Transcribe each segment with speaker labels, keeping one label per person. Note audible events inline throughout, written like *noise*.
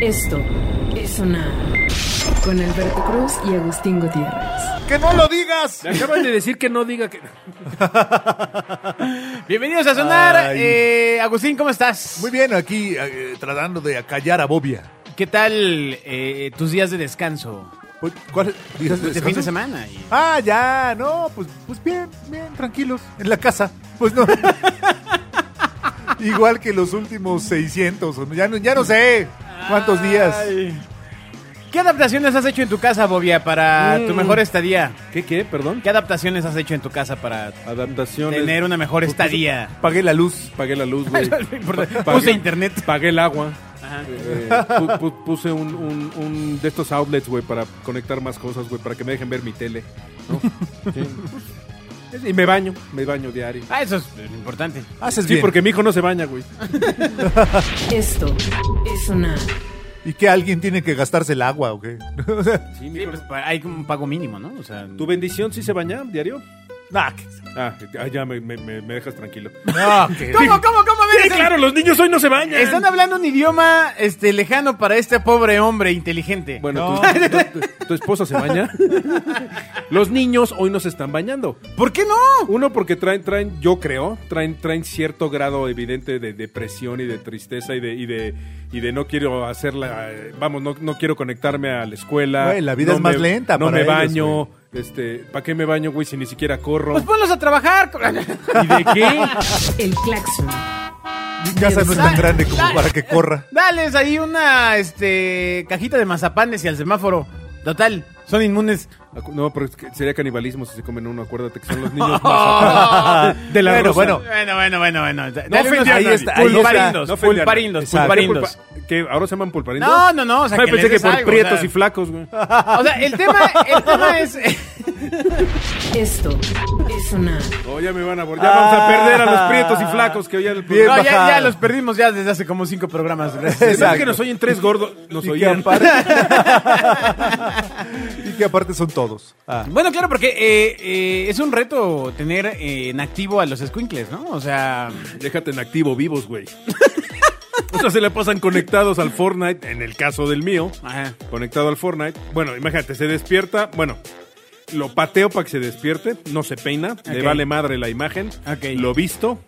Speaker 1: Esto es sonar con Alberto Cruz y Agustín Gutiérrez.
Speaker 2: ¡Que no lo digas!
Speaker 3: Me acaban de decir que no diga que. *laughs* Bienvenidos a Sonar.
Speaker 2: Ay.
Speaker 3: Eh, Agustín, ¿cómo estás?
Speaker 2: Muy bien, aquí eh, tratando de acallar a Bobia.
Speaker 3: ¿Qué tal eh, tus días de descanso?
Speaker 2: Pues, ¿Cuál días
Speaker 3: De este fin de semana. y-
Speaker 2: Ah, ya, no, pues, pues bien, bien, tranquilos. En la casa, pues *laughs* no. Igual que los últimos 600, o no, ya no, ya no sé cuántos días.
Speaker 3: Ay. ¿Qué adaptaciones has hecho en tu casa, Bobia, para tu
Speaker 4: Mm.
Speaker 3: mejor estadía?
Speaker 4: ¿Qué, qué? Perdón.
Speaker 3: ¿Qué adaptaciones has hecho en tu casa para *laughs*
Speaker 4: Adaptaciones.
Speaker 3: tener una mejor
Speaker 4: Pues, pues,
Speaker 3: estadía?
Speaker 2: Pagué la luz.
Speaker 4: Pagué la luz, güey.
Speaker 3: No importa,
Speaker 4: Pa-
Speaker 3: Puse
Speaker 4: pagué-
Speaker 3: internet.
Speaker 4: Pagué el agua.
Speaker 3: Ajá.
Speaker 4: Eh, pu- pu- puse un, un- un de estos outlets, güey, para conectar más cosas, güey, para que me dejen ver mi tele. ¿no? Sí, pues, y me baño, me baño diario.
Speaker 3: Ah, eso es eh, importante.
Speaker 2: Haces
Speaker 4: Sí,
Speaker 2: bien.
Speaker 4: porque mi hijo no se baña, güey.
Speaker 1: Esto es sonar
Speaker 2: Y que alguien tiene que gastarse el agua, ¿o qué?
Speaker 4: Sí, mi
Speaker 3: Sí,
Speaker 4: hijo
Speaker 3: pues,
Speaker 4: no-
Speaker 3: pa- hay un pago mínimo, ¿no? O sea,
Speaker 4: ¿Tu bendición sí se baña diario?
Speaker 2: Nah, que-
Speaker 4: Ah, ah, ya me, me- me- me dejas tranquilo.
Speaker 2: no, *laughs* que-
Speaker 3: ¿Cómo, cómo, cómo? A ver,
Speaker 4: Sí,
Speaker 3: es-
Speaker 4: claro, los niños hoy no se bañan.
Speaker 3: Están hablando un idioma este lejano para este pobre hombre inteligente.
Speaker 2: No.
Speaker 4: Bueno, tu, tu- tu- tu esposa se baña. Los niños hoy no se están bañando.
Speaker 3: ¿por qué no?
Speaker 4: Uno, porque traen, traen, yo creo, traen, traen cierto grado evidente de depresión y de tristeza y de, y de, y de no quiero hacerla, eh, vamos, no, no quiero conectarme a la escuela.
Speaker 2: Güey, la vida
Speaker 4: no
Speaker 2: es más
Speaker 4: me-
Speaker 2: lenta
Speaker 4: No
Speaker 2: para
Speaker 4: me
Speaker 2: ellos,
Speaker 4: baño, este, ¿para qué me baño, güey, si ni siquiera corro?
Speaker 3: Pues ponlos a trabajar. Dale,
Speaker 4: ¿Y de qué?
Speaker 1: el claxon.
Speaker 2: mi casa no es tan grande como para que corra.
Speaker 3: *laughs* Dales ahí una este cajita de mazapanes y al semáforo. Total, son inmunes.
Speaker 4: Acu- No, pero es que sería canibalismo si se comen uno, acuérdate que son
Speaker 3: *laughs*
Speaker 4: los niños
Speaker 3: Oh.
Speaker 4: más de la
Speaker 2: Bueno,
Speaker 4: rosa.
Speaker 2: bueno.
Speaker 3: Bueno, bueno, bueno, bueno. Dale
Speaker 4: No
Speaker 3: unos- este,
Speaker 4: ofendí a
Speaker 3: ahí
Speaker 4: nadie.
Speaker 3: está,
Speaker 4: Ahí está.
Speaker 3: pulparindos,
Speaker 4: No ofendí a
Speaker 3: pulparindos,
Speaker 4: nadie.
Speaker 3: pulparindos.
Speaker 4: Exacto. Pulpa- ¿Qué, ¿Ahora se llaman pulparindos?
Speaker 3: No, no, no, o sea,
Speaker 4: Ay,
Speaker 3: que
Speaker 4: pensé
Speaker 3: les
Speaker 4: que
Speaker 3: des
Speaker 4: por
Speaker 3: algo,
Speaker 4: prietos
Speaker 3: o sea.
Speaker 4: y
Speaker 3: *laughs*
Speaker 4: flacos, güey.
Speaker 3: O sea, el tema,
Speaker 4: *laughs*
Speaker 3: el tema es
Speaker 1: Esto es sonar
Speaker 4: No, ya me van a abordar. Ya vamos a perder a los prietos y flacos que hoy el
Speaker 2: Bien
Speaker 3: No,
Speaker 4: programa.
Speaker 3: ya, ya
Speaker 2: bajado.
Speaker 3: los perdimos ya desde hace como cinco
Speaker 4: *laughs*
Speaker 3: programas. gracias.
Speaker 4: Además
Speaker 2: Exacto.
Speaker 4: que nos oyen tres gordos. Nos
Speaker 2: Y que,
Speaker 4: oían.
Speaker 2: aparte... *laughs* y que aparte son todos. Ah.
Speaker 3: Bueno, claro, porque eh, eh, es un reto tener eh, en activo a los squinkles, ¿no? O sea,
Speaker 4: Déjate en activo vivos, güey. O sea, se le pasan conectados al Fortnite, en el caso del mío.
Speaker 3: ajá.
Speaker 4: Conectado al Fortnite. Bueno, imagínate, se despierta. Bueno, lo pateo para que se despierte. No se peina. Le
Speaker 3: Ok.
Speaker 4: vale madre la imagen.
Speaker 3: Ok.
Speaker 4: Lo visto.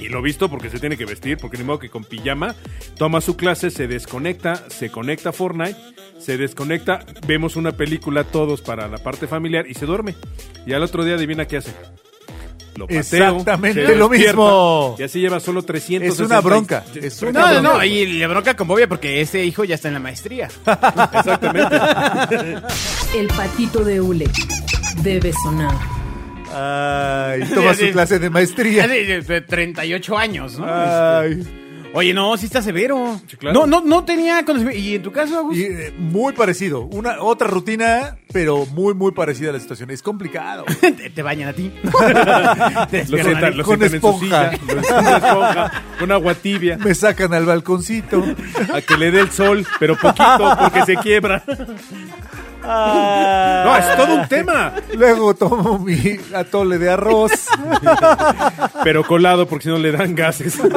Speaker 4: Y lo visto porque se tiene que vestir, porque ni modo que con pijama. Toma su clase, se desconecta, se conecta a Fortnite, se desconecta, vemos una película todos para la parte familiar y se duerme. Y al otro día adivina qué hace. Lo pateo,
Speaker 2: Exactamente
Speaker 4: se
Speaker 2: lo
Speaker 4: despierta,
Speaker 2: mismo.
Speaker 4: Y así lleva solo 300.
Speaker 2: Es una bronca, es una
Speaker 3: No, no, no, y la bronca con Bobia porque ese hijo ya está en la
Speaker 4: *laughs*
Speaker 3: maestría.
Speaker 2: *laughs*
Speaker 4: Exactamente.
Speaker 1: El patito de hule debe sonar.
Speaker 4: *laughs*
Speaker 2: Ay, toma su clase de maestría.
Speaker 3: Hace este, 38 años, ¿no?
Speaker 2: Ay,
Speaker 3: Oye, no, sí está severo.
Speaker 4: Ah. Sí, claro.
Speaker 3: No, no, no tenía conocimiento. ¿Y en tu caso, Agus?
Speaker 2: y, eh, muy parecido. Una, otra rutina, pero muy, muy parecida a la situación. Es complicado.
Speaker 3: *laughs* Te, te bañan
Speaker 4: *laughs*
Speaker 3: a ti. Te despiertan
Speaker 4: Lo
Speaker 3: a
Speaker 4: sientan,
Speaker 3: ti.
Speaker 4: lo
Speaker 2: con
Speaker 4: sientan en su
Speaker 2: esponja.
Speaker 4: silla, lo sientan en esponja, con agua tibia,
Speaker 2: Me sacan al balconcito.
Speaker 4: a que le dé el sol, pero poquito porque se quiebra. No, es todo un tema,
Speaker 2: Luego tomo mi atole de arroz.
Speaker 4: pero colado porque si no le dan gases. Le,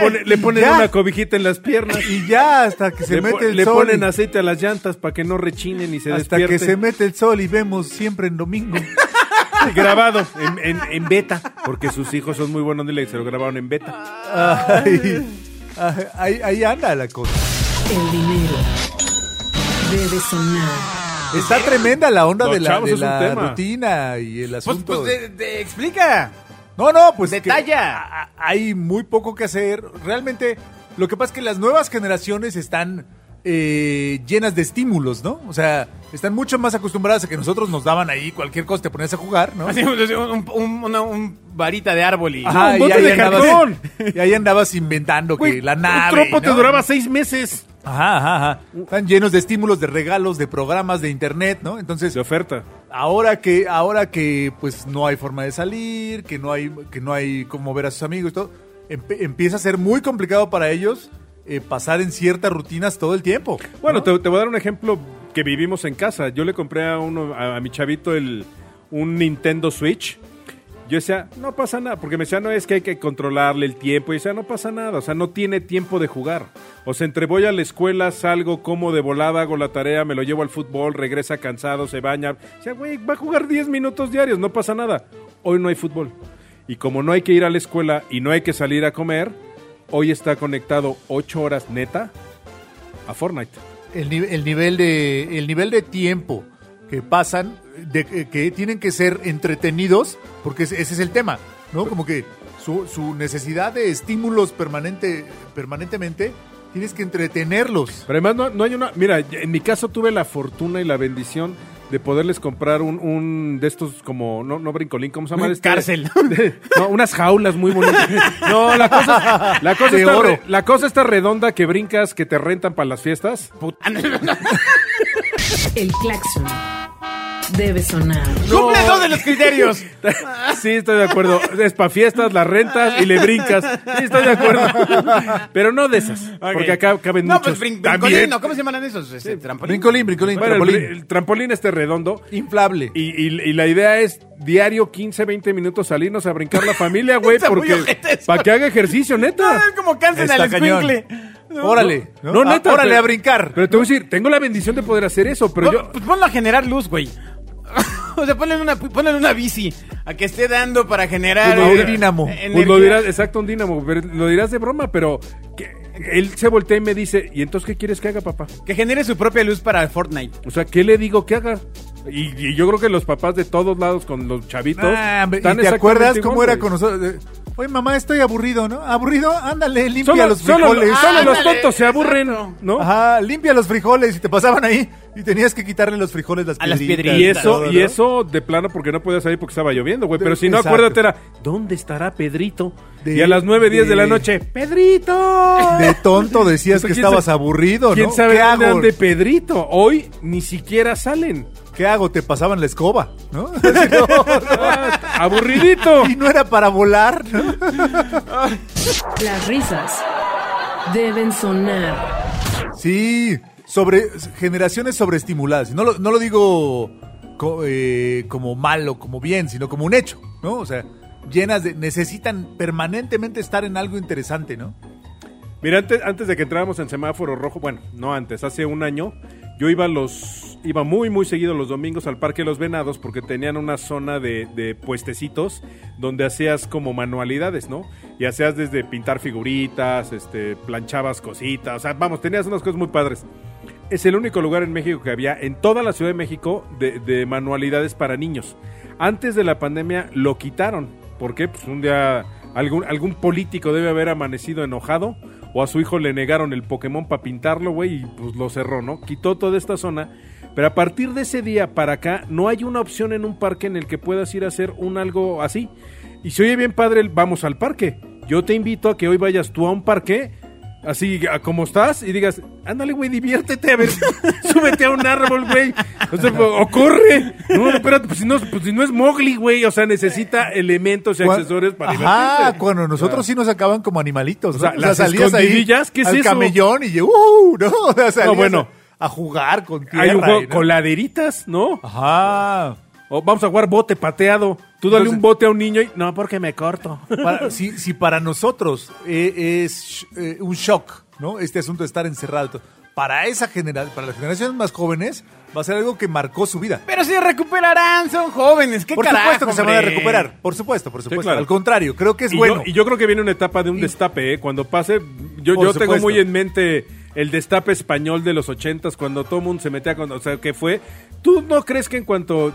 Speaker 4: pone- le ponen
Speaker 2: ya.
Speaker 4: una cobijita en las piernas.
Speaker 2: Y ya hasta que se
Speaker 4: le po-
Speaker 2: mete el
Speaker 4: le
Speaker 2: sol.
Speaker 4: ponen aceite a las llantas para que no rechinen y se
Speaker 2: hasta
Speaker 4: despierten.
Speaker 2: que se mete el sol y vemos siempre en domingo.
Speaker 4: *laughs* Grabado en, en- en beta, porque sus hijos son muy buenos y se lo grabaron en beta.
Speaker 2: Ay, ay, ahí, ahí anda la cosa.
Speaker 1: El dinero debe sonar.
Speaker 2: Está tremenda la onda
Speaker 4: Los
Speaker 2: de la,
Speaker 4: chavos
Speaker 2: de
Speaker 4: es un
Speaker 2: la
Speaker 4: tema.
Speaker 2: rutina y el
Speaker 3: Pues,
Speaker 2: asunto.
Speaker 3: pues te, te explica.
Speaker 2: No, no, pues. que
Speaker 3: Detalla.
Speaker 2: a- hay muy poco que hacer. Realmente, lo que pasa es que las nuevas generaciones están eh, llenas de estímulos, ¿no? O sea, están mucho más acostumbradas a que nosotros nos daban ahí cualquier cosa, te ponías a jugar, ¿no?
Speaker 3: Así, un, un- una- un varita de Ah, árbol y...
Speaker 4: Ah, un bote de cartón.
Speaker 2: *laughs* y ahí andabas inventando que la nave.
Speaker 4: un tropo te
Speaker 2: ¿no?
Speaker 4: duraba seis meses.
Speaker 2: Ajá, ajá, ajá. Están llenos de estímulos, de regalos, de programas, de internet, ¿no? Entonces,
Speaker 4: De oferta.
Speaker 2: Ahora que, ahora que pues no hay forma de salir, que no hay, que no hay cómo ver a sus amigos y todo, empe- empieza a ser muy complicado para ellos eh, pasar en ciertas rutinas todo el tiempo.
Speaker 4: Bueno, te, te voy a dar un ejemplo que vivimos en casa. Yo le compré a uno, a, a mi chavito el un Nintendo Switch. Yo decía, no pasa nada, porque me decía, no es que hay que controlarle el tiempo. Y decía, no pasa nada, o sea, no tiene tiempo de jugar. O sea, entre voy a la escuela, salgo, como de volada, hago la tarea, me lo llevo al fútbol, regresa cansado, se baña. O sea, güey, va a jugar 10 minutos diarios, no pasa nada. Hoy no hay fútbol. Y como no hay que ir a la escuela y no hay que salir a comer, hoy está conectado 8 horas neta a Fortnite.
Speaker 2: el, ni- el nivel de el nivel de tiempo que pasan de que- que tienen que ser entretenidos porque ese ese es el tema no como que su, su necesidad de estímulos permanente permanentemente tienes que entretenerlos
Speaker 4: Pero además no, no hay una... Mira, en mi caso tuve la fortuna y la bendición de poderles comprar un, un de estos como... No, no brincolín, ¿cómo se llama? Este- *laughs*
Speaker 3: Cárcel.
Speaker 4: No, unas jaulas muy bonitas. No, la cosa, la, cosa
Speaker 2: De
Speaker 4: está
Speaker 2: oro.
Speaker 4: re- la cosa está redonda que brincas, que te rentan para las fiestas.
Speaker 3: Ah,
Speaker 1: El claxon debe sonar.
Speaker 3: Cumple dos de los criterios.
Speaker 4: *laughs* Sí, estoy de acuerdo. Es para fiestas, las rentas y le brincas. Sí, estoy de acuerdo. Pero no de esas. Porque acá caben
Speaker 3: no,
Speaker 4: muchos.
Speaker 3: pues brin-
Speaker 4: También.
Speaker 3: brincolín, no, ¿cómo se llaman esos? Este, trampolín.
Speaker 2: brincolín brincolín
Speaker 4: Bueno, el brin-
Speaker 2: trampolín.
Speaker 4: el, trampolín este redondo.
Speaker 2: inflable
Speaker 4: Y, y- y la idea es diario 15, 20 minutos salirnos a brincar la
Speaker 2: *laughs*
Speaker 4: familia, güey,
Speaker 3: Está muy
Speaker 4: porque
Speaker 3: ojete eso.
Speaker 4: para que haga ejercicio, neta.
Speaker 3: No, es Ah, como cáncer
Speaker 2: Está
Speaker 3: al
Speaker 2: cañón.
Speaker 3: escuincle.
Speaker 4: *laughs*
Speaker 3: No.
Speaker 2: órale
Speaker 4: No,
Speaker 2: Ah,
Speaker 4: neta.
Speaker 2: órale
Speaker 4: pero-
Speaker 2: a brincar
Speaker 4: Pero te voy a decir, tengo la bendición de poder hacer eso, pero
Speaker 3: Pon-
Speaker 4: yo...
Speaker 3: Pues ponlo a generar luz, güey. *laughs* o sea, ponle una, ponle una bici a que esté dando para generar...
Speaker 2: Como un
Speaker 3: eh,
Speaker 2: dínamo.
Speaker 3: energía.
Speaker 4: Pues lo dirás, exacto, un dínamo, pero lo dirás de broma, pero que- él se voltea y me dice, ¿y entonces qué quieres que haga, papá?
Speaker 3: Que genere su propia luz para Fortnite.
Speaker 4: O sea, ¿qué le digo que haga? Y, y yo creo que los papás de todos lados con los chavitos...
Speaker 2: Ah, hombre, ¿y
Speaker 4: están
Speaker 2: ¿Te
Speaker 4: exactamente
Speaker 2: acuerdas
Speaker 4: igual,
Speaker 2: cómo era
Speaker 4: güey.
Speaker 2: con nosotros? Eh, Oye, mamá, estoy aburrido, ¿no? Aburrido, ándale, limpia
Speaker 4: Solo,
Speaker 2: los
Speaker 4: solo- Ah,
Speaker 2: frijoles.
Speaker 4: solo los
Speaker 3: Ándale,
Speaker 4: tontos se aburren,
Speaker 3: exacto.
Speaker 4: ¿no?
Speaker 2: Ajá, limpia los frijoles y te pasaban ahí y tenías que quitarle los frijoles las
Speaker 3: A las
Speaker 2: piedritas,
Speaker 4: Y
Speaker 3: piedritas.
Speaker 4: eso,
Speaker 2: todo,
Speaker 4: y
Speaker 2: ¿no?
Speaker 4: eso de plano porque no podía salir porque estaba lloviendo, güey. Pero si no,
Speaker 2: Exacto.
Speaker 4: acuérdate era, ¿dónde estará Pedrito?
Speaker 2: De-
Speaker 4: y a las 9, 10 de, la
Speaker 2: de-
Speaker 4: noche, ¡Pedrito!
Speaker 2: De tonto
Speaker 4: *laughs*
Speaker 2: decías que
Speaker 4: ¿Quién
Speaker 2: estabas
Speaker 4: sabe-
Speaker 2: aburrido, ¿no?
Speaker 4: ¿Quién sabe
Speaker 2: ¿Qué
Speaker 4: dónde
Speaker 2: hago?
Speaker 4: ande Pedrito? Hoy ni siquiera salen.
Speaker 2: ¿Qué hago? Te pasaban la escoba, ¿no?
Speaker 4: *laughs*
Speaker 2: *laughs* Así, no,
Speaker 4: Ah, *laughs* aburridito.
Speaker 2: no. Y no era para volar, ¿no?
Speaker 1: Las risas deben sonar.
Speaker 2: Sí, sobre generaciones sobreestimuladas. Y No lo, no lo digo co- eh, como malo, como bien, sino como un hecho, ¿no? O sea, llenas de... Necesitan permanentemente estar en algo interesante, ¿no?
Speaker 4: Mira, antes, antes de que entráramos en semáforo rojo, bueno, no antes, hace un año, yo iba los, iba muy, muy seguido los domingos al Parque de los Venados porque tenían una zona de, de puestecitos donde hacías como manualidades, ¿no? Y hacías desde pintar figuritas, este, planchabas cositas, o sea, vamos, tenías unas cosas muy padres. Es el único lugar en México que había, en toda la Ciudad de México, de, de manualidades para niños. Antes de la pandemia lo quitaron. ¿Por qué? Pues un día algún, algún político debe haber amanecido enojado o a su hijo le negaron el Pokémon para pintarlo, güey, y pues lo cerró, ¿no? Quitó toda esta zona. Pero a partir de ese día para acá no hay una opción en un parque en el que puedas ir a hacer un algo así. Y si oye bien padre, el vamos al parque. Yo te invito a que hoy vayas tú a un parque Así a- como estás y digas, ándale, güey, diviértete, a ver, *laughs* súbete a un árbol, güey. O sea, o o corre. No, espérate, pues si no, pues si no es Mowgli, güey. O sea, necesita elementos y
Speaker 2: Cuan-
Speaker 4: accesorios para
Speaker 2: Ajá,
Speaker 4: divertirse.
Speaker 2: cuando nosotros sí nos acaban como animalitos.
Speaker 4: O
Speaker 2: ¿no?
Speaker 4: sea, las escondidillas, ¿qué es
Speaker 2: al
Speaker 4: eso?
Speaker 2: camellón y yo, uh, no, *laughs* o sea, salías
Speaker 4: bueno.
Speaker 2: a, a jugar con tierra.
Speaker 4: Hay un juego,
Speaker 2: y, ¿no?
Speaker 4: coladeritas, ¿no?
Speaker 2: Ajá.
Speaker 4: O vamos a jugar bote pateado. Tú dale
Speaker 2: Entonces-
Speaker 4: un bote a un niño y, no, porque me corto.
Speaker 2: Para- si, si para nosotros eh, es sh- eh, un shock, ¿no? Este asunto de estar encerrado. Para esa generación, para las generaciones más jóvenes, va a ser algo que marcó su vida.
Speaker 3: *laughs* Pero se recuperarán, son jóvenes. ¿Qué
Speaker 2: Por
Speaker 3: carajo,
Speaker 2: supuesto que se van a
Speaker 3: hombre?
Speaker 2: recuperar. Por supuesto, por supuesto.
Speaker 4: claro.
Speaker 2: Al contrario, creo que es
Speaker 4: y,
Speaker 2: bueno.
Speaker 4: yo, y yo creo que viene una etapa de un destape, ¿eh? Cuando pase, yo,
Speaker 2: Por
Speaker 4: yo tengo
Speaker 2: supuesto.
Speaker 4: muy en mente el destape español de los ochentas, cuando todo mundo se metía con... O sea, que fue... ¿Tú no crees que en cuanto...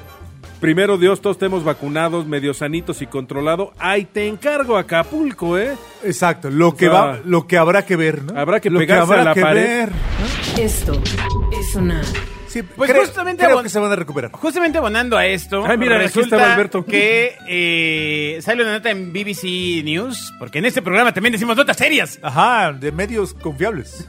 Speaker 4: Primero Dios, todos estemos vacunados, medio sanitos y controlado. ¡Ay, te encargo Acapulco, eh!
Speaker 2: Exacto, lo que
Speaker 4: sea,
Speaker 2: va, lo que habrá que ver, ¿no?
Speaker 4: habrá que
Speaker 2: lo
Speaker 4: pegarse a la pared.
Speaker 1: Esto es sonar.
Speaker 2: Sí,
Speaker 3: Pues
Speaker 2: creo,
Speaker 3: justamente
Speaker 2: creo
Speaker 3: abon-
Speaker 2: que se van a recuperar.
Speaker 3: Justamente abonando a esto,
Speaker 4: Ay, mira, aquí estaba Alberto.
Speaker 3: que eh, sale una nota en BBC News, porque en este programa también decimos notas serias.
Speaker 2: Ajá, de medios confiables.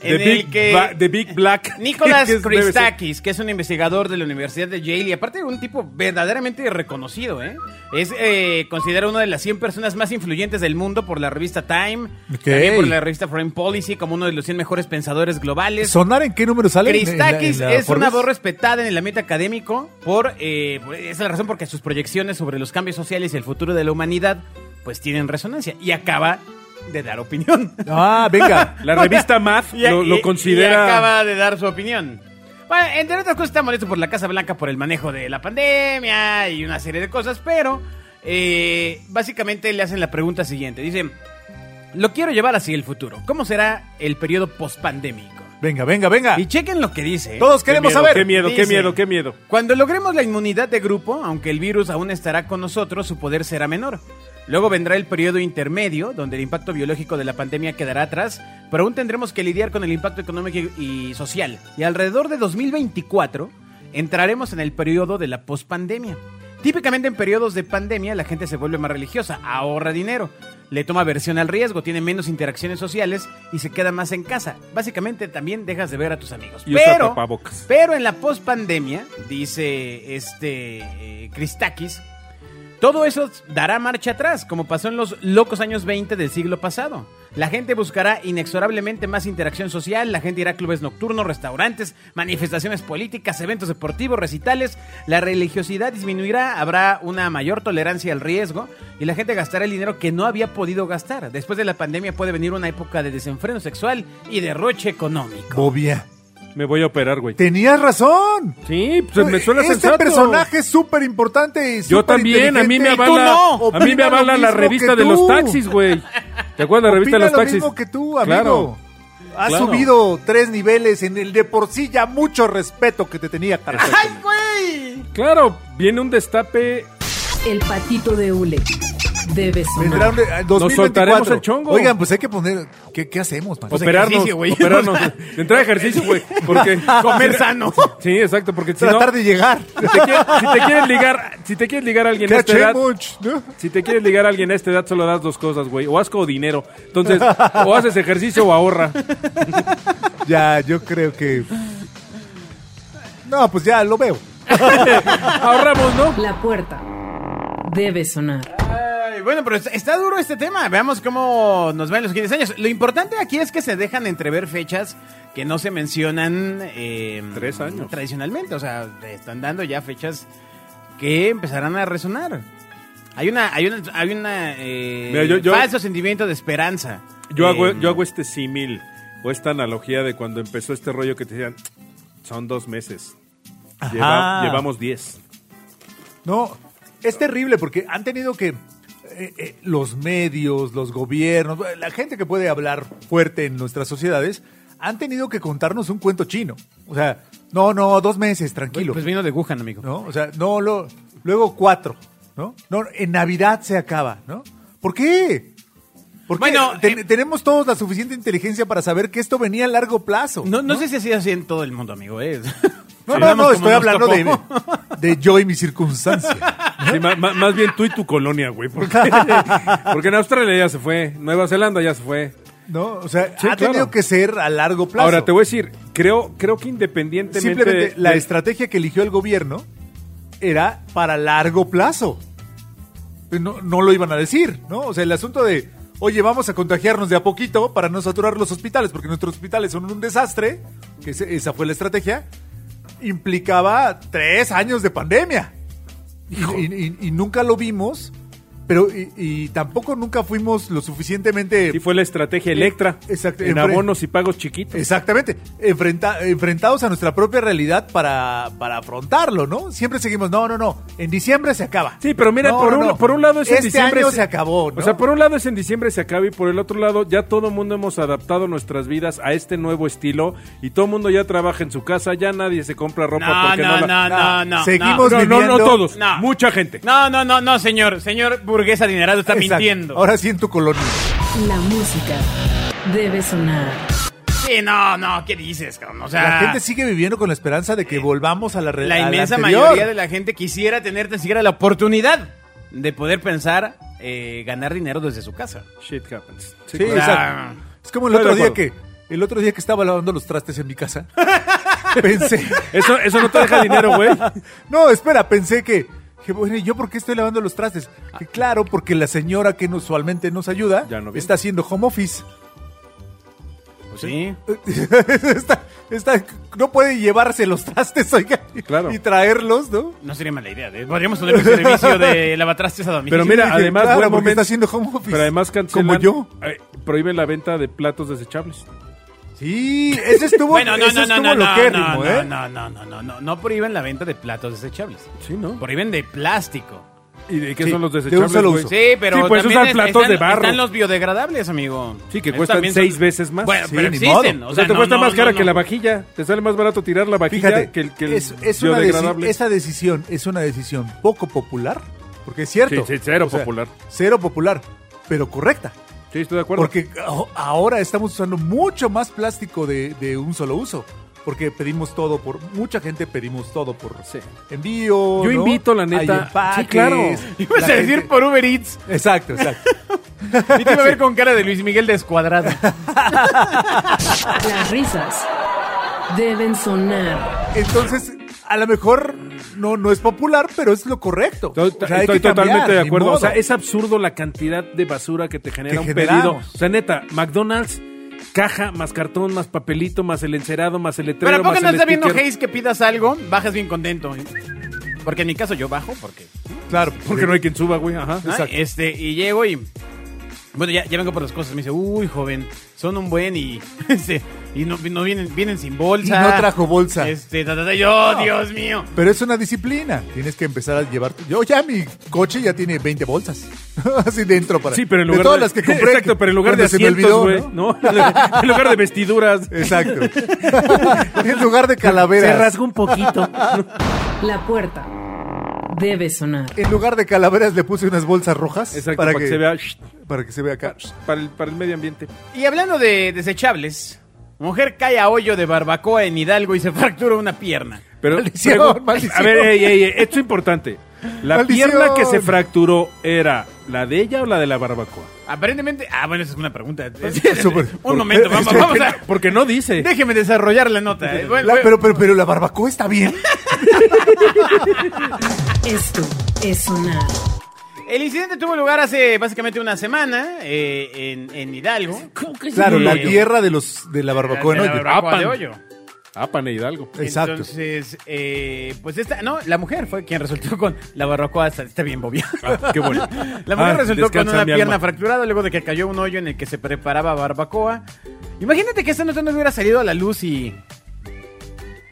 Speaker 4: The
Speaker 3: en el
Speaker 4: Big,
Speaker 3: que
Speaker 4: Ba- The Big
Speaker 3: *laughs*
Speaker 4: Black.
Speaker 3: Nicolás
Speaker 4: que *laughs* es- debe ser.
Speaker 3: Christakis, que es un investigador de la Universidad de Yale y aparte un tipo verdaderamente reconocido, ¿eh? Es eh, considerado una de las 100 personas más influyentes del mundo por la revista Time,
Speaker 2: Ok.
Speaker 3: también por la revista Foreign Policy como uno de los 100 mejores pensadores globales.
Speaker 2: ¿Sonar en qué número sale? ¿En- en la- en
Speaker 3: Christakis
Speaker 2: la
Speaker 3: es una
Speaker 2: Forbes?
Speaker 3: voz respetada en el ambiente académico por eh, por- esa es la razón porque sus proyecciones sobre los cambios sociales y el futuro de la humanidad pues tienen resonancia y acaba de dar opinión.
Speaker 2: Ah, venga.
Speaker 4: *laughs* La revista
Speaker 3: *laughs*
Speaker 4: Math
Speaker 3: Y-
Speaker 4: lo, lo
Speaker 3: y-
Speaker 4: considera.
Speaker 3: y acaba de dar su opinión. Bueno, entre otras cosas está molesto por la Casa Blanca por el manejo de la pandemia y una serie de cosas, pero eh, básicamente le hacen la pregunta siguiente. Dicen, lo quiero llevar hacia el futuro. ¿Cómo será el periodo pospandémico?
Speaker 2: Venga, venga, venga.
Speaker 3: Y chequen lo que dice. ¿eh.
Speaker 2: Todos
Speaker 4: Qué
Speaker 2: queremos
Speaker 4: miedo,
Speaker 2: saber.
Speaker 4: Qué miedo, qué
Speaker 3: Dice-
Speaker 4: miedo, qué miedo.
Speaker 3: Cuando logremos la inmunidad de grupo, aunque el virus aún estará con nosotros, su poder será menor. Luego vendrá el periodo intermedio, donde el impacto biológico de la pandemia quedará atrás, pero aún tendremos que lidiar con el impacto económico y y social. Y alrededor de 2024 entraremos en el periodo de la pospandemia. Típicamente en periodos de pandemia la gente se vuelve más religiosa, ahorra dinero, le toma aversión al riesgo, tiene menos interacciones sociales y se queda más en casa. Básicamente también dejas de ver a tus amigos.
Speaker 4: Y usa
Speaker 3: Pero-
Speaker 4: tapabocas.
Speaker 3: pero en la pospandemia, dice este eh, Christakis, todo eso dará marcha atrás, como pasó en los locos años 20 del siglo pasado. La gente buscará inexorablemente más interacción social, la gente irá a clubes nocturnos, restaurantes, manifestaciones políticas, eventos deportivos, recitales, la religiosidad disminuirá, habrá una mayor tolerancia al riesgo y la gente gastará el dinero que no había podido gastar. Después de la pandemia puede venir una época de desenfreno sexual y derroche económico.
Speaker 2: Bobia.
Speaker 4: Me voy a operar, güey.
Speaker 2: Tenías razón.
Speaker 4: Sí, pues me suena
Speaker 2: este
Speaker 4: sensato.
Speaker 2: personaje es súper importante. y
Speaker 4: Yo
Speaker 2: súper
Speaker 4: también, a mí me
Speaker 2: inteligente. Y tú
Speaker 4: avala,
Speaker 2: no.
Speaker 4: a mí me
Speaker 2: Opina lo
Speaker 4: avala la
Speaker 2: mismo
Speaker 4: revista
Speaker 2: que
Speaker 4: de los
Speaker 2: tú.
Speaker 4: taxis, güey. ¿Te acuerdas la revista
Speaker 2: Opina
Speaker 4: de los
Speaker 2: lo
Speaker 4: taxis?
Speaker 2: mismo que tú, amigo.
Speaker 4: Claro.
Speaker 2: Has
Speaker 4: Claro.
Speaker 2: subido tres niveles en el de por sí ya mucho respeto que te tenía, carajo.
Speaker 3: ¡Ay, güey!
Speaker 4: Claro, viene un destape.
Speaker 1: El patito de Ule. Debe
Speaker 2: Vendrá
Speaker 1: sonar.
Speaker 2: un- eh, 2024.
Speaker 4: soltaremos el chongo.
Speaker 2: Oigan, pues hay que poner. ¿Qué, qué hacemos, man?
Speaker 3: Pues
Speaker 4: operarnos,
Speaker 3: ejercicio,
Speaker 2: *laughs*
Speaker 3: güey.
Speaker 4: operarnos. Entrar a ejercicio, güey. Porque
Speaker 3: Comer sano.
Speaker 4: Sí, exacto, porque si no,
Speaker 2: Tratar de
Speaker 4: *laughs*
Speaker 2: llegar.
Speaker 4: si te, quiere- si te quieres ligar, si te quieres ligar a alguien a esta edad,
Speaker 2: Much, ¿no?
Speaker 4: si te quieres ligar a alguien a esta edad solo das dos cosas, güey, o asco o dinero. Entonces, o haces ejercicio o ahorra.
Speaker 2: *laughs* Ya, yo creo que. No, pues ya lo veo.
Speaker 4: Ahorramos, ¿no?
Speaker 1: La puerta debe sonar.
Speaker 3: Ay, bueno, pero está, está duro este tema. Veamos cómo nos va en los siguientes años. Lo importante aquí es que se dejan entrever fechas que no se mencionan eh,
Speaker 4: Tres años.
Speaker 3: tradicionalmente. O sea, te están dando ya fechas que empezarán a resonar. Hay una, hay una, hay una eh,
Speaker 4: Mira, yo- yo-
Speaker 3: falso sentimiento de esperanza.
Speaker 4: Yo hago,
Speaker 2: Em.
Speaker 3: Eh,
Speaker 4: yo hago este símil o esta analogía de cuando empezó este rollo que te decían, son dos meses. Lleva-
Speaker 2: Ajá.
Speaker 4: llevamos diez.
Speaker 2: No, es terrible porque han tenido que eh, eh, los medios, los gobiernos, la gente que puede hablar fuerte en nuestras sociedades, han tenido que contarnos un cuento chino. O sea, no, no, dos meses, tranquilo.
Speaker 3: Pues vino de Wuhan, amigo.
Speaker 2: ¿no? O sea, no, lo- luego cuatro, ¿no? No, en Navidad se acaba, ¿no? ¿Por qué? Porque
Speaker 3: Bueno,
Speaker 2: ten-
Speaker 3: eh,
Speaker 2: tenemos todos la suficiente inteligencia para saber que esto venía a largo plazo.
Speaker 3: No, no sé si ha sido así en todo el mundo, amigo. eh.
Speaker 2: no,
Speaker 3: *laughs*
Speaker 2: no,
Speaker 3: Hablamos
Speaker 2: no,
Speaker 3: como
Speaker 2: estoy
Speaker 3: nos
Speaker 2: hablando de,
Speaker 3: tocó.
Speaker 2: de yo y mi
Speaker 3: *laughs*
Speaker 2: circunstancia.
Speaker 4: Sí, ma- ma- más bien tú y tu colonia, güey. Porque,
Speaker 2: *laughs*
Speaker 4: porque en Australia ya se fue, Nueva Zelanda ya se fue.
Speaker 2: ¿No? O sea,
Speaker 4: Sí,
Speaker 2: ha
Speaker 4: claro.
Speaker 2: tenido que ser a largo plazo.
Speaker 4: Ahora te voy a decir, creo, creo que independientemente.
Speaker 2: Simplemente la
Speaker 4: de-
Speaker 2: estrategia que eligió el gobierno era para largo plazo. Pues No, no lo iban a decir, ¿no? O sea, el asunto de, oye, vamos a contagiarnos de a poquito para no saturar los hospitales, porque nuestros hospitales son un desastre, que ese- esa fue la estrategia, implicaba tres años de pandemia. Y, y- y- y nunca lo vimos, pero y, y tampoco nunca fuimos lo suficientemente...
Speaker 4: Sí, fue la estrategia Electra.
Speaker 2: Eh, Exacto.
Speaker 4: En
Speaker 2: Enfre-
Speaker 4: abonos y pagos chiquitos.
Speaker 2: Exactamente. Enfrenta- enfrentados a nuestra propia realidad para, para afrontarlo, ¿no? Siempre seguimos, no, no, no. En diciembre se acaba.
Speaker 4: Sí, pero mira,
Speaker 2: No,
Speaker 4: por,
Speaker 2: no,
Speaker 4: un,
Speaker 2: no.
Speaker 4: por un lado es en
Speaker 2: este
Speaker 4: diciembre.
Speaker 2: año
Speaker 4: se-
Speaker 2: se acabó, ¿no?
Speaker 4: O sea, por un lado es en diciembre se acaba y por el otro lado ya todo el mundo hemos adaptado nuestras vidas a este nuevo estilo y todo el mundo ya trabaja en su casa, ya nadie se compra ropa
Speaker 3: No,
Speaker 4: porque no,
Speaker 3: no,
Speaker 4: la-
Speaker 3: no, no, no.
Speaker 2: Seguimos
Speaker 4: no, no, no
Speaker 2: viviendo-
Speaker 4: todos,
Speaker 3: No.
Speaker 4: mucha gente.
Speaker 3: No, no, no, no, señor. Señor burgués adinerado está
Speaker 2: Exacto.
Speaker 3: mintiendo.
Speaker 2: Ahora sí en tu colonia.
Speaker 1: La música debe sonar.
Speaker 3: Sí, no, no, ¿qué dices, cabrón? O sea,
Speaker 4: Ah.
Speaker 2: la gente sigue viviendo con la esperanza
Speaker 4: Eh,
Speaker 2: de que volvamos a la
Speaker 3: la
Speaker 2: realidad.
Speaker 3: inmensa mayoría de la gente quisiera tener tan siquiera la oportunidad de poder pensar eh, ganar dinero desde su casa.
Speaker 4: Shit happens.
Speaker 2: Sí,
Speaker 4: claro.
Speaker 2: exacto. Es como el
Speaker 4: Estoy
Speaker 2: otro
Speaker 4: de
Speaker 2: día
Speaker 4: acuerdo.
Speaker 2: que El otro día que estaba lavando los trastes en mi casa, *laughs* pensé.
Speaker 4: Eso, eso no te deja
Speaker 2: *laughs*
Speaker 4: dinero, güey.
Speaker 2: No, espera, pensé que. dije, bueno, ¿y yo por qué estoy lavando los trastes? Que claro, porque la señora que nos- usualmente nos ayuda
Speaker 4: Ah. Ya no viene.
Speaker 2: está haciendo home office. *laughs*
Speaker 3: Pues sí.
Speaker 2: Está- está- no puede llevarse los trastes, oiga, y-
Speaker 4: Claro.
Speaker 2: y traerlos, ¿no?
Speaker 3: No sería mala idea. ¿eh? Podríamos tener un
Speaker 2: *laughs*
Speaker 3: servicio de lavatrastes a domicilio.
Speaker 4: Pero mira,
Speaker 2: Dije,
Speaker 4: además,
Speaker 2: claro,
Speaker 4: buen
Speaker 2: porque
Speaker 4: momento.
Speaker 2: está haciendo home office.
Speaker 4: Pero además cancelan.
Speaker 2: Como yo.
Speaker 4: eh, prohíben la venta de platos desechables.
Speaker 2: Sí, ese estuvo,
Speaker 3: *laughs* Bueno, no,
Speaker 2: ese
Speaker 3: no, no,
Speaker 2: estuvo
Speaker 3: no, no,
Speaker 2: loquérrimo,
Speaker 3: no,
Speaker 2: ¿eh?
Speaker 3: no, no, no, no, no, no prohíben la venta de platos desechables.
Speaker 4: Sí, ¿no?
Speaker 3: Prohíben de plástico.
Speaker 4: ¿Y de qué
Speaker 2: Sí,
Speaker 4: son los
Speaker 2: de un
Speaker 4: desechables,
Speaker 2: solo
Speaker 4: güey?
Speaker 2: uso.
Speaker 3: Sí, pero
Speaker 4: Sí, pues
Speaker 3: también
Speaker 4: usan
Speaker 3: es-
Speaker 4: platos
Speaker 3: están,
Speaker 4: de barro.
Speaker 3: están los biodegradables, amigo.
Speaker 4: Sí, que
Speaker 3: Esos
Speaker 4: cuestan
Speaker 3: también son-
Speaker 4: seis veces más.
Speaker 3: Bueno,
Speaker 2: Sí,
Speaker 3: pero
Speaker 2: ni
Speaker 3: existen.
Speaker 2: modo.
Speaker 4: O sea, te
Speaker 3: no,
Speaker 4: cuesta
Speaker 3: no,
Speaker 4: más cara
Speaker 3: no,
Speaker 4: que
Speaker 3: no. *laughs*
Speaker 4: la vajilla. Te sale más barato tirar la vajilla
Speaker 2: Fíjate,
Speaker 4: que el, que el
Speaker 2: es, es una deci-
Speaker 4: biodegradable.
Speaker 2: esa decisión es una decisión poco popular, porque es cierto.
Speaker 4: Sí, sí, cero popular.
Speaker 2: Cero popular, pero correcta.
Speaker 4: Sí, estoy de acuerdo.
Speaker 2: Porque a- ahora estamos usando mucho más plástico de, de un solo uso. Porque pedimos todo por. Mucha gente pedimos todo por
Speaker 4: Sí.
Speaker 2: envío. ¿no?
Speaker 4: Yo invito, la neta.
Speaker 2: Hay empaques,
Speaker 4: Sí, claro.
Speaker 3: Ibas
Speaker 2: la
Speaker 3: a decir
Speaker 2: gente-
Speaker 3: por Uber Eats.
Speaker 2: Exacto, exacto.
Speaker 3: Y te iba a ver con cara de Luis Miguel
Speaker 4: *laughs*
Speaker 3: descuadrado.
Speaker 1: Las risas deben sonar.
Speaker 2: Entonces, a lo mejor no, no es popular, pero es lo correcto.
Speaker 4: To-
Speaker 2: O sea, hay
Speaker 4: estoy
Speaker 2: que cambiar,
Speaker 4: totalmente de
Speaker 2: ni
Speaker 4: acuerdo. O
Speaker 2: modo.
Speaker 4: sea, es absurdo la cantidad de basura que te genera
Speaker 2: Que
Speaker 4: un
Speaker 2: generamos.
Speaker 4: pedido. O sea, neta, McDonald's, caja, más cartón, más papelito, más el encerado, más el letrero,
Speaker 3: Pero ¿a poco
Speaker 4: más
Speaker 3: no
Speaker 4: el
Speaker 3: está viendo,
Speaker 4: sticker.
Speaker 3: Hayes, que pidas algo? Bajas bien contento. ¿eh? Porque en mi caso yo bajo porque...
Speaker 2: Claro,
Speaker 4: Porque no hay quien suba, güey. Ajá.
Speaker 3: ¿no? Este, y llego y... Bueno, ya, ya vengo por las cosas. Me dice, uy, joven, son un buen y... *laughs* este, y no, no vienen, vienen sin bolsa.
Speaker 2: Y no trajo bolsa.
Speaker 3: Este, ta, ta, ta, yo,
Speaker 2: No.
Speaker 3: Dios mío.
Speaker 2: Pero es una disciplina. Tienes que empezar a llevar. Yo ya mi coche ya tiene 20 bolsas. *laughs* Así dentro para.
Speaker 4: Sí, pero en
Speaker 2: de
Speaker 4: lugar
Speaker 2: todas
Speaker 4: de-
Speaker 2: las que compré.
Speaker 4: *laughs* Exacto, pero en lugar de
Speaker 2: cuando se me
Speaker 4: asientos,
Speaker 2: olvidó,
Speaker 4: güey.
Speaker 2: ¿no?
Speaker 4: ¿no? *laughs* en lugar de vestiduras. *laughs*
Speaker 2: Exacto. en lugar de calaveras.
Speaker 4: Se rasga
Speaker 2: *laughs*
Speaker 4: un poquito.
Speaker 1: La puerta debe sonar.
Speaker 2: En lugar de calaveras le puse unas bolsas rojas.
Speaker 4: Exacto, para, que, se vea shh,
Speaker 2: Para que se vea acá.
Speaker 4: para el, para el medio ambiente.
Speaker 3: Y hablando de desechables, mujer cae a hoyo de barbacoa en Hidalgo y se *laughs* fractura una pierna.
Speaker 4: Pero,
Speaker 2: Maldición,
Speaker 3: *laughs*
Speaker 4: pregu-
Speaker 2: maldición.
Speaker 4: A ver, ey, ey, ey, esto es importante. ¿La
Speaker 2: Maldición.
Speaker 4: pierna que se fracturó era la de ella o la de la barbacoa?
Speaker 3: Aparentemente... Ah, bueno, esa es una pregunta.
Speaker 2: Súper.
Speaker 3: un momento, vamos, vamos a...
Speaker 4: Porque
Speaker 3: *laughs*
Speaker 4: no dice.
Speaker 3: Déjeme desarrollar la nota. eh. Bueno,
Speaker 2: La-
Speaker 3: bueno.
Speaker 2: pero, pero, pero la barbacoa está bien.
Speaker 1: Esto es sonar.
Speaker 3: El incidente tuvo lugar hace básicamente una semana eh, en, en Hidalgo.
Speaker 2: Claro, la
Speaker 3: Sí.
Speaker 2: tierra de los de la barbacoa.
Speaker 3: en
Speaker 2: ¿no?
Speaker 3: la barbacoa de
Speaker 4: Apan.
Speaker 3: hoyo.
Speaker 4: Ah, pane Hidalgo.
Speaker 2: Exacto.
Speaker 3: Entonces, eh, pues esta, no, la mujer fue quien resultó con la barbacoa, está, está bien bobia.
Speaker 4: Ah, Qué bueno.
Speaker 3: *laughs* La mujer
Speaker 4: Ah,
Speaker 3: resultó con
Speaker 4: descansa
Speaker 3: una
Speaker 4: mi
Speaker 3: pierna
Speaker 4: alma.
Speaker 3: fracturada luego de que cayó un hoyo en el que se preparaba barbacoa. Imagínate que esta nota no hubiera salido a la luz y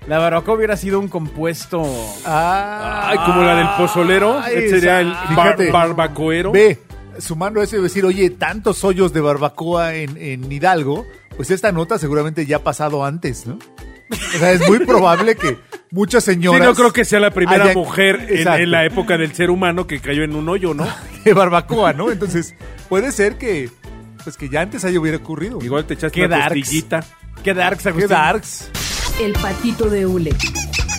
Speaker 3: la barbacoa hubiera sido un compuesto.
Speaker 2: Ah,
Speaker 4: Ay, como la del pozolero.
Speaker 3: Ay,
Speaker 4: Este sería el
Speaker 3: exacto.
Speaker 4: bar-
Speaker 2: Fíjate.
Speaker 4: barbacoero.
Speaker 2: Ve, sumando a eso y decir, oye, tantos hoyos de barbacoa en, en Hidalgo, pues esta nota seguramente ya ha pasado antes, ¿no? O sea, es muy probable que muchas
Speaker 4: Sí,
Speaker 2: señoras.
Speaker 4: no creo que sea la
Speaker 3: Ah,
Speaker 4: primera
Speaker 2: hayan-
Speaker 4: mujer en,
Speaker 2: Exacto,
Speaker 4: en la época del ser humano que cayó en un
Speaker 3: *laughs*
Speaker 4: hoyo, ¿no?
Speaker 2: de barbacoa, ¿no? Entonces, puede ser que. Pues que ya antes haya hubiera ocurrido.
Speaker 4: Igual te echaste
Speaker 3: Qué
Speaker 4: una
Speaker 3: darks.
Speaker 4: costillita.
Speaker 3: Qué darks,
Speaker 2: Qué
Speaker 3: Agustín.
Speaker 2: darks.
Speaker 1: El patito de hule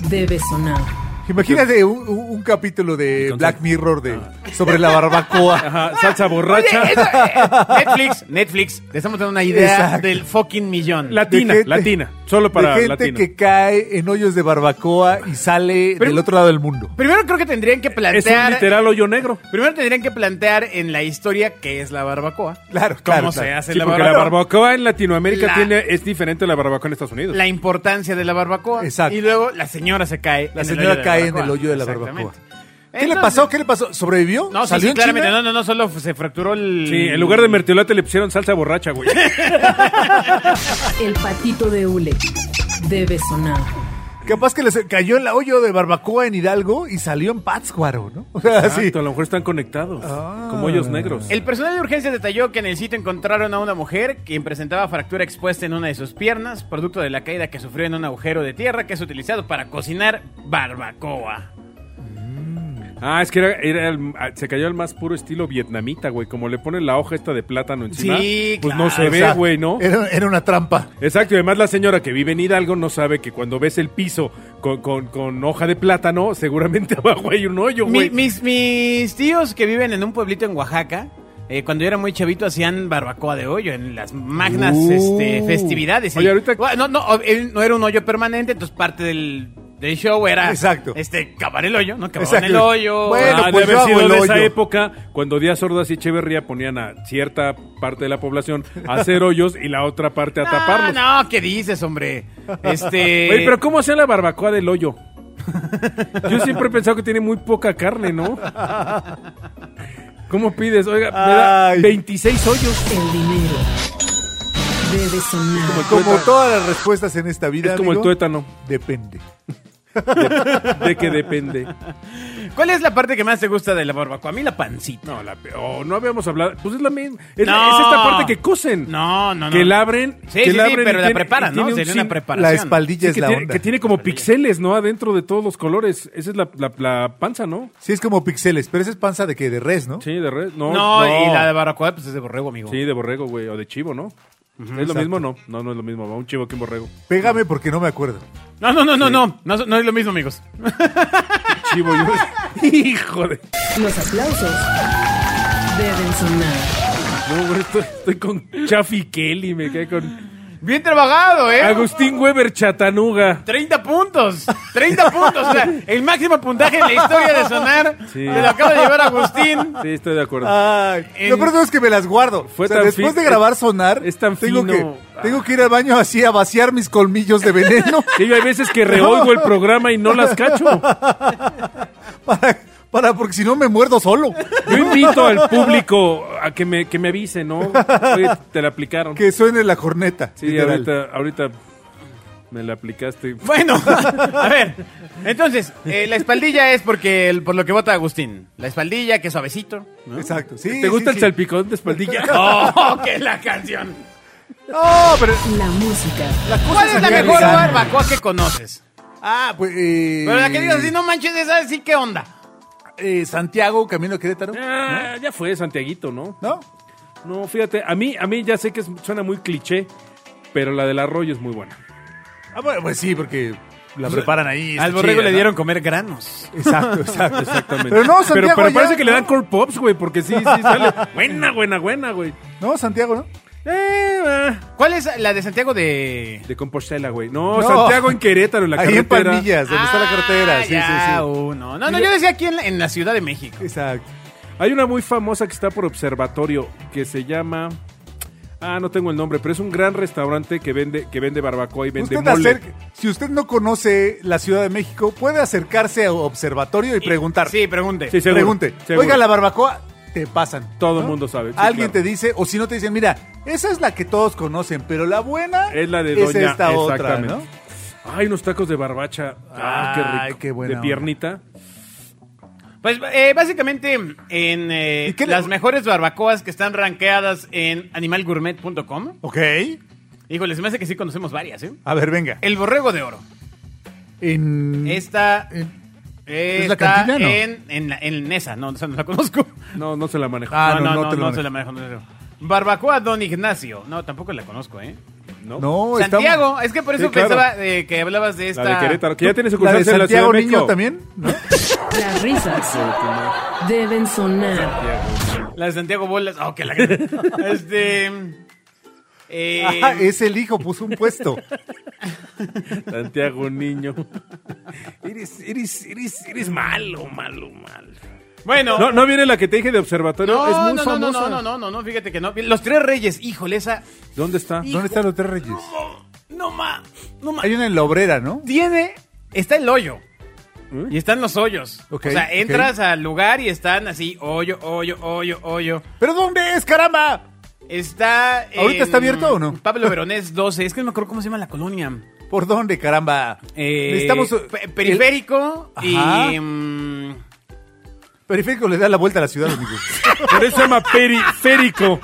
Speaker 1: debe sonar.
Speaker 2: Imagínate un, un- un capítulo de
Speaker 4: Entonces- ah.
Speaker 2: Black Mirror de sobre la barbacoa.
Speaker 4: Ajá, salsa
Speaker 3: Ah, Oye,
Speaker 4: borracha.
Speaker 3: eso, eh, Netflix, Netflix, le estamos dando una idea
Speaker 2: Exacto.
Speaker 3: del fucking millón.
Speaker 4: Latina,
Speaker 2: de gente-
Speaker 4: latina. Solo
Speaker 2: De
Speaker 4: para
Speaker 2: gente
Speaker 4: latina.
Speaker 2: que cae en hoyos de barbacoa y sale
Speaker 3: Pero-
Speaker 2: del otro lado del mundo.
Speaker 3: Primero creo que tendrían que
Speaker 4: *laughs* Es un
Speaker 3: plantear.
Speaker 4: literal hoyo negro.
Speaker 3: Primero tendrían que plantear en la historia qué es la barbacoa.
Speaker 2: Claro,
Speaker 3: Cómo
Speaker 2: claro,
Speaker 3: se
Speaker 2: claro.
Speaker 3: hace
Speaker 4: Sí,
Speaker 3: la
Speaker 4: porque la
Speaker 3: barbacoa.
Speaker 4: barbacoa en Latinoamérica
Speaker 3: La-
Speaker 4: tiene, es diferente a la barbacoa en Estados Unidos.
Speaker 3: La importancia de la barbacoa.
Speaker 2: Exacto.
Speaker 3: Y luego la señora se cae.
Speaker 2: La
Speaker 3: en el
Speaker 2: señora
Speaker 3: hoyo de
Speaker 2: cae en
Speaker 3: barbacoa.
Speaker 2: el hoyo de la
Speaker 3: Exactamente.
Speaker 2: barbacoa. ¿Qué le
Speaker 3: Entonces-
Speaker 2: pasó? ¿Qué le pasó? ¿Sobrevivió?
Speaker 3: No, sí,
Speaker 2: ¿Salió
Speaker 3: sí,
Speaker 2: en
Speaker 3: claramente.
Speaker 2: chinga?
Speaker 3: No, no, no, solo se fracturó el.
Speaker 4: Sí, en lugar de mertiolate le pusieron salsa borracha, güey.
Speaker 1: El patito de hule debe sonar.
Speaker 2: Capaz que le cayó en la hoyo de barbacoa en Hidalgo y salió en Pátzcuaro, ¿no? O sea, sí.
Speaker 4: Exacto, Ah, a lo mejor están conectados.
Speaker 2: Ah.
Speaker 4: Como hoyos negros.
Speaker 3: El personal de urgencias detalló que en el sitio encontraron a una mujer quien presentaba fractura expuesta en una de sus piernas, producto de la caída que sufrió en un agujero de tierra que es utilizado para cocinar barbacoa.
Speaker 4: Ah, es que era, era el- ah, se cayó al más puro estilo vietnamita, güey. Como le ponen la hoja esta de plátano encima.
Speaker 3: Sí,
Speaker 4: pues
Speaker 3: claro.
Speaker 4: no se
Speaker 2: O sea,
Speaker 4: ve, güey, ¿no?
Speaker 2: Era, era una trampa.
Speaker 4: Exacto, y además la señora que vive en Hidalgo no sabe que cuando ves el piso con, con- con hoja de plátano, seguramente *laughs* abajo hay un hoyo,
Speaker 3: Mi-
Speaker 4: güey.
Speaker 3: mis, mis tíos que viven en un pueblito en Oaxaca eh, cuando yo era muy chavito hacían barbacoa de hoyo en las magnas este, festividades.
Speaker 4: Uh. Oye,
Speaker 3: Y-
Speaker 4: ahorita-
Speaker 3: Bueno, no, no, él no era un hoyo permanente, entonces parte del, del show era...
Speaker 2: Exacto.
Speaker 3: Este, cavar el hoyo, ¿no? Cavaban
Speaker 2: Exacto.
Speaker 3: el hoyo.
Speaker 2: Bueno,
Speaker 4: Ah,
Speaker 2: pues
Speaker 4: de
Speaker 2: yo
Speaker 4: haber
Speaker 2: hago
Speaker 4: sido
Speaker 2: el
Speaker 4: de esa
Speaker 2: hoyo.
Speaker 4: época cuando Díaz Ordaz y Echeverría ponían a cierta parte de la población a hacer hoyos y la otra parte a taparlos.
Speaker 3: Ah, No, no, ¿qué dices, hombre? Este...
Speaker 4: *laughs* Oye, pero ¿cómo hacían la barbacoa del hoyo? Yo siempre he pensado que tiene muy poca carne, ¿no? ¿Cómo pides? Oiga, me da
Speaker 2: Ay.
Speaker 4: 26 hoyos.
Speaker 1: El dinero debe sonar.
Speaker 2: Como todas las respuestas en esta vida.
Speaker 4: Es como el
Speaker 2: amigo,
Speaker 4: tuétano.
Speaker 2: Depende.
Speaker 4: ¿De que depende?
Speaker 3: ¿Cuál es la parte que más te gusta de la barbacoa? A mí la pancita.
Speaker 4: No, la pe- oh, no habíamos hablado. Pues es la misma. Es,
Speaker 3: No.
Speaker 4: es esta parte que cosen.
Speaker 3: No, no, no.
Speaker 4: Que la abren.
Speaker 3: Sí,
Speaker 4: que
Speaker 3: sí,
Speaker 4: la
Speaker 3: sí,
Speaker 4: abren
Speaker 3: pero
Speaker 4: y
Speaker 3: la
Speaker 4: tiene-
Speaker 3: preparan,
Speaker 4: y
Speaker 3: ¿no?
Speaker 4: tiene un
Speaker 3: Sería una
Speaker 4: sim-
Speaker 3: preparación.
Speaker 2: La espaldilla es
Speaker 4: que,
Speaker 2: la
Speaker 4: tiene,
Speaker 2: onda.
Speaker 4: que tiene como pixeles, ¿no? Adentro de todos los colores. Esa es la, la- la panza, ¿no?
Speaker 2: Sí, es como pixeles, pero esa es panza de que de res, ¿no?
Speaker 4: Sí, de red. No,
Speaker 3: No,
Speaker 4: no.
Speaker 3: y la de barbacoa, pues es de borrego, amigo.
Speaker 4: Sí, de borrego, güey. O de chivo, ¿no? ¿Es lo
Speaker 2: exacto.
Speaker 4: mismo o no? No, no es lo mismo. Va un chivo que un borrego.
Speaker 2: Pégame porque no me acuerdo.
Speaker 3: No, no, no, no, no, no. No es lo mismo, amigos.
Speaker 4: Chivo y un... *laughs* Hijo de...
Speaker 1: Los aplausos deben sonar.
Speaker 4: No, güey, estoy, estoy con Chafi Kelly, me cae con...
Speaker 3: Bien trabajado, ¿eh?
Speaker 4: Agustín Weber Chatanuga.
Speaker 3: 30 puntos. 30 puntos. O sea, el máximo puntaje en la historia de sonar.
Speaker 4: Sí.
Speaker 3: Se lo acaba de llevar Agustín.
Speaker 4: Sí, estoy de acuerdo.
Speaker 3: En-
Speaker 2: Lo perdón es que me las guardo. O
Speaker 4: Fue
Speaker 2: sea,
Speaker 4: tan
Speaker 2: después
Speaker 4: fin-
Speaker 2: de grabar
Speaker 4: es-
Speaker 2: sonar,
Speaker 4: es tan
Speaker 2: tengo,
Speaker 4: fino.
Speaker 2: que, tengo que ir al baño así a vaciar mis colmillos de veneno
Speaker 4: *laughs* Sí, yo hay veces que reoigo el programa y no las cacho.
Speaker 2: para, para porque si no me muerdo solo.
Speaker 4: Yo invito al público a que me, que me avise, ¿no? Oye, te la aplicaron.
Speaker 2: Que suene la corneta.
Speaker 4: Sí,
Speaker 2: literal.
Speaker 4: ahorita, ahorita me la aplicaste.
Speaker 3: Bueno, a ver. Entonces, eh, la espaldilla es porque el- por lo que vota Agustín. La espaldilla, que es suavecito.
Speaker 2: Exacto. Sí,
Speaker 4: ¿Te gusta
Speaker 2: sí,
Speaker 4: el
Speaker 2: sí.
Speaker 4: salpicón
Speaker 2: *laughs*
Speaker 4: de espaldilla?
Speaker 3: ¡Oh, que la canción!
Speaker 2: No, pero
Speaker 1: La música.
Speaker 3: ¿Cuál es la
Speaker 2: que
Speaker 3: mejor
Speaker 2: rican.
Speaker 3: barbacoa que conoces? Ah,
Speaker 2: pues, eh,
Speaker 3: Pero la que digas así, no manches, esa sí, ¿qué onda?
Speaker 2: eh, Santiago, Camino a Querétaro.
Speaker 4: *laughs* Ah, ya fue Santiaguito, ¿no?
Speaker 2: ¿No?
Speaker 4: No, fíjate, a mí, a mí ya sé que es- suena muy cliché, pero la del arroyo es muy buena.
Speaker 2: Ah, bueno, pues sí, porque la preparan ahí. está
Speaker 3: Al borrego
Speaker 2: chida,
Speaker 3: le
Speaker 2: ¿no?
Speaker 3: dieron comer granos.
Speaker 2: Exacto, exacto,
Speaker 4: Exactamente.
Speaker 2: Pero no, Santiago
Speaker 4: Pero,
Speaker 2: ya-
Speaker 4: parece que le dan corn pops, güey, porque sí, sí
Speaker 2: *laughs*
Speaker 4: sale. buena, buena, buena, güey.
Speaker 2: No, Santiago, ¿no?
Speaker 4: Eh, ah,
Speaker 3: ¿Cuál es la de Santiago de...?
Speaker 4: de Compostela, güey. No,
Speaker 2: No.
Speaker 4: Santiago en Querétaro, en la
Speaker 2: Ahí en
Speaker 4: carretera.
Speaker 2: Palmillas, donde está la carretera. Sí,
Speaker 3: Ah, ya,
Speaker 2: sí,
Speaker 3: uno. No, no, yo decía aquí en la, en la Ciudad de México.
Speaker 2: sí. Exacto.
Speaker 4: Hay una muy famosa que está por observatorio que se llama. Ah, no tengo el nombre, pero es un gran restaurante que vende, que vende barbacoa y vende
Speaker 2: Usted
Speaker 4: mole.
Speaker 2: acerque- si usted no conoce la Ciudad de México, puede acercarse a observatorio y preguntar.
Speaker 3: Sí, pregunte.
Speaker 4: Sí, seguro,
Speaker 2: Pregunte.
Speaker 4: seguro.
Speaker 2: Oiga, la barbacoa, te pasan.
Speaker 4: Todo el mundo sabe, sí,
Speaker 2: Alguien
Speaker 4: claro.
Speaker 2: te dice, o si no te dicen, mira, esa es la que todos conocen, pero la buena
Speaker 4: Es la de
Speaker 2: es
Speaker 4: Doña.
Speaker 2: esta otra,
Speaker 4: exactamente.
Speaker 2: ¿no?
Speaker 4: Ay, unos tacos de barbacha. Ah,
Speaker 2: Ay,
Speaker 4: qué rico.
Speaker 2: qué buena
Speaker 4: de
Speaker 2: onda.
Speaker 4: piernita.
Speaker 3: Pues eh, básicamente en eh,
Speaker 2: ¿Y qué le-
Speaker 3: las mejores barbacoas que están rankeadas en animalgourmet.com.
Speaker 2: Ok.
Speaker 3: Híjole, se me hace que sí conocemos varias, ¿eh?
Speaker 2: A ver, venga.
Speaker 3: El borrego de oro.
Speaker 2: En-
Speaker 3: Esta...
Speaker 2: en-
Speaker 3: ¿Es
Speaker 2: Mm. Eh, ¿Es la cantina, no?
Speaker 3: En, en, la- en esa, no, esa no la conozco.
Speaker 4: No, no se la manejo.
Speaker 2: Ah, no, no te lo
Speaker 3: se la manejo. no se la manejo. Barbacoa Don Ignacio. No, tampoco la conozco, ¿eh.
Speaker 4: No.
Speaker 2: no, estamos-
Speaker 3: Santiago, es que por eso
Speaker 4: Sí, claro.
Speaker 3: pensaba eh, que hablabas de esta.
Speaker 4: La de Querétaro, que ya tiene
Speaker 2: La
Speaker 4: sucursal
Speaker 2: de
Speaker 4: en la Ciudad
Speaker 2: Santiago
Speaker 4: de México.
Speaker 2: Niño también. ¿no?
Speaker 1: Las risas deben sonar.
Speaker 3: La de Santiago Bolas. Oh, que la
Speaker 2: *laughs*
Speaker 3: gran- Este. eh,
Speaker 2: Ah, es el hijo, puso un puesto. *laughs*
Speaker 4: Santiago Niño. eres, eres, eres, eres malo, malo, malo.
Speaker 3: Bueno.
Speaker 4: No, no viene la que te dije de observatorio.
Speaker 3: No,
Speaker 4: es muy
Speaker 3: no, no, no,
Speaker 4: famosa.
Speaker 3: no, no, no, no, no, fíjate que no. Los tres reyes, híjole, esa.
Speaker 4: ¿Dónde está?
Speaker 2: Ah, ¿Dónde están los tres reyes?
Speaker 3: No ma, no ma.
Speaker 2: Hay una en la obrera, ¿no?
Speaker 3: Tiene. Está el hoyo.
Speaker 4: ¿Eh?
Speaker 3: Y están los hoyos.
Speaker 2: Ok,
Speaker 3: o sea,
Speaker 2: ok.
Speaker 3: entras al lugar y están así, hoyo, hoyo, hoyo, hoyo.
Speaker 2: ¿Pero dónde es, caramba?
Speaker 3: Está.
Speaker 2: ¿Ahorita está abierto o no?
Speaker 3: Pablo Veronés 12. Es que no me acuerdo cómo se llama la colonia.
Speaker 2: ¿Por dónde, caramba?
Speaker 3: Eh,
Speaker 2: Necesitamos. eh,
Speaker 3: pe- periférico
Speaker 2: Ajá.
Speaker 3: y. mm,
Speaker 2: el periférico le da la vuelta a la ciudad, amigo.
Speaker 4: Por eso se llama
Speaker 3: *laughs*
Speaker 4: periférico.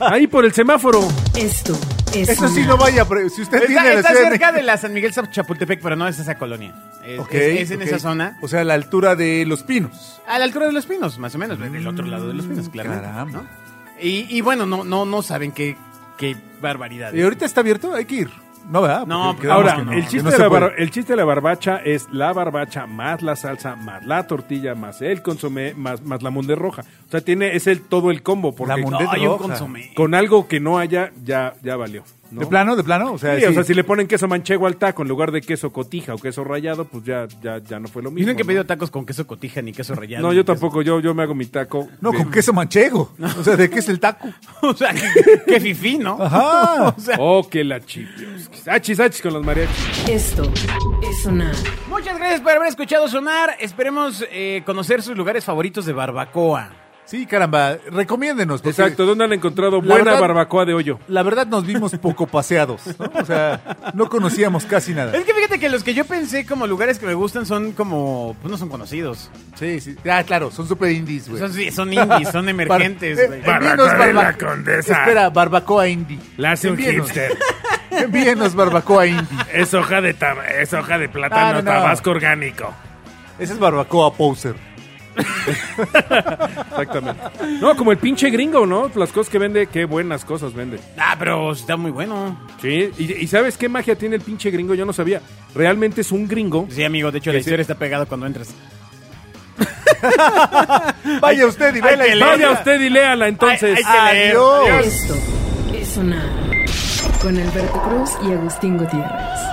Speaker 4: Ahí por el semáforo.
Speaker 1: Esto es
Speaker 2: Eso sí,
Speaker 1: sonar.
Speaker 2: no vaya. pero Si usted
Speaker 3: está
Speaker 2: tiene la
Speaker 3: está
Speaker 2: Ciudad de
Speaker 3: cerca
Speaker 2: México-
Speaker 3: de la San Miguel Chapultepec, pero no es esa colonia. Es,
Speaker 2: Ok,
Speaker 3: es- es en
Speaker 2: ok.
Speaker 3: esa zona.
Speaker 2: O sea, a la altura de los pinos.
Speaker 3: A la altura de los pinos, más o menos. Del otro lado de los pinos, claro.
Speaker 2: caramba.
Speaker 3: Y, y bueno, no, no, no saben qué, qué barbaridad.
Speaker 2: ¿Y ahorita está abierto? Hay que ir. No, ¿verdad?
Speaker 3: No,
Speaker 2: Porque quedamos
Speaker 4: Ahora,
Speaker 2: que no,
Speaker 4: el,
Speaker 2: que
Speaker 4: chiste
Speaker 2: no
Speaker 4: de
Speaker 2: se
Speaker 4: la
Speaker 2: puede.
Speaker 4: bar- el chiste de la barbacha es la barbacha más la salsa, más la tortilla, más el consomé, más, más la munde roja. O sea, tiene, es el todo el combo, porque
Speaker 2: La
Speaker 4: con-
Speaker 2: munde-
Speaker 3: No, hay un
Speaker 2: roja.
Speaker 3: consomé.
Speaker 4: con algo que no haya, ya, ya valió. ¿no?
Speaker 2: ¿De plano? ¿De plano? O sea,
Speaker 4: Sí, o
Speaker 2: sí.
Speaker 4: sea, si le ponen queso manchego al taco en lugar de queso cotija o queso rallado, pues ya, ya, ya no fue lo
Speaker 3: Yo
Speaker 4: mismo.
Speaker 3: nunca he
Speaker 4: ¿no?
Speaker 3: pedido tacos con queso cotija ni queso rallado.
Speaker 4: No,
Speaker 3: ni
Speaker 4: yo
Speaker 3: queso-
Speaker 4: tampoco, yo, yo me hago mi taco.
Speaker 2: No,
Speaker 4: de-
Speaker 2: con queso manchego. O sea, ¿de qué es el taco?
Speaker 3: o sea, qué fifí, *laughs* ¿no?
Speaker 2: Ajá.
Speaker 3: O sea,
Speaker 4: Oh, que la chipios. Achis, achis con los mariachis.
Speaker 1: Esto es sonar.
Speaker 3: muchas gracias por haber escuchado sonar. Esperemos eh, conocer sus lugares favoritos de barbacoa.
Speaker 2: Sí, caramba. Recomiéndenos. porque
Speaker 4: Exacto, ¿dónde han encontrado
Speaker 2: La
Speaker 4: buena
Speaker 2: verdad-
Speaker 4: barbacoa de hoyo?
Speaker 2: La verdad nos vimos poco paseados. ¿no? O sea, no conocíamos casi nada.
Speaker 4: ¿Eh?
Speaker 3: Es que fíjate que los que yo pensé como lugares que me gustan son como, pues no son conocidos.
Speaker 2: Sí, sí. Ah, claro, son super indies, güey.
Speaker 3: Son, sí, son indies,
Speaker 4: *laughs*
Speaker 3: son
Speaker 2: Bar-
Speaker 3: emergentes.
Speaker 2: eh,
Speaker 3: güey.
Speaker 2: envíenos
Speaker 4: Barbacoa de
Speaker 2: barba-
Speaker 4: la Condesa.
Speaker 2: Espera, barbacoa indie.
Speaker 4: La hace un
Speaker 2: Envíenos.
Speaker 4: hipster.
Speaker 2: *laughs* Envíenos barbacoa indie.
Speaker 4: Es hoja de, tab- es hoja de
Speaker 2: Ah,
Speaker 4: plátano,
Speaker 2: no, no.
Speaker 4: tabasco orgánico.
Speaker 2: Esa es barbacoa poser.
Speaker 4: Exactamente. No, como el pinche gringo, ¿no? Las cosas que vende, qué buenas cosas vende.
Speaker 3: ah, pero está muy bueno.
Speaker 4: Sí, y, y ¿sabes qué magia tiene el pinche gringo? Yo no sabía. Realmente es un gringo.
Speaker 3: Sí, amigo, de hecho la
Speaker 4: Que sí.
Speaker 3: historia está pegada cuando entras.
Speaker 2: Vaya usted y
Speaker 3: ay,
Speaker 2: vela
Speaker 3: que lea.
Speaker 4: Vaya usted y léala entonces.
Speaker 3: Ay, ay, que leer.
Speaker 2: Adiós.
Speaker 1: Esto es sonar. Con Alberto Cruz y Agustín Gutiérrez.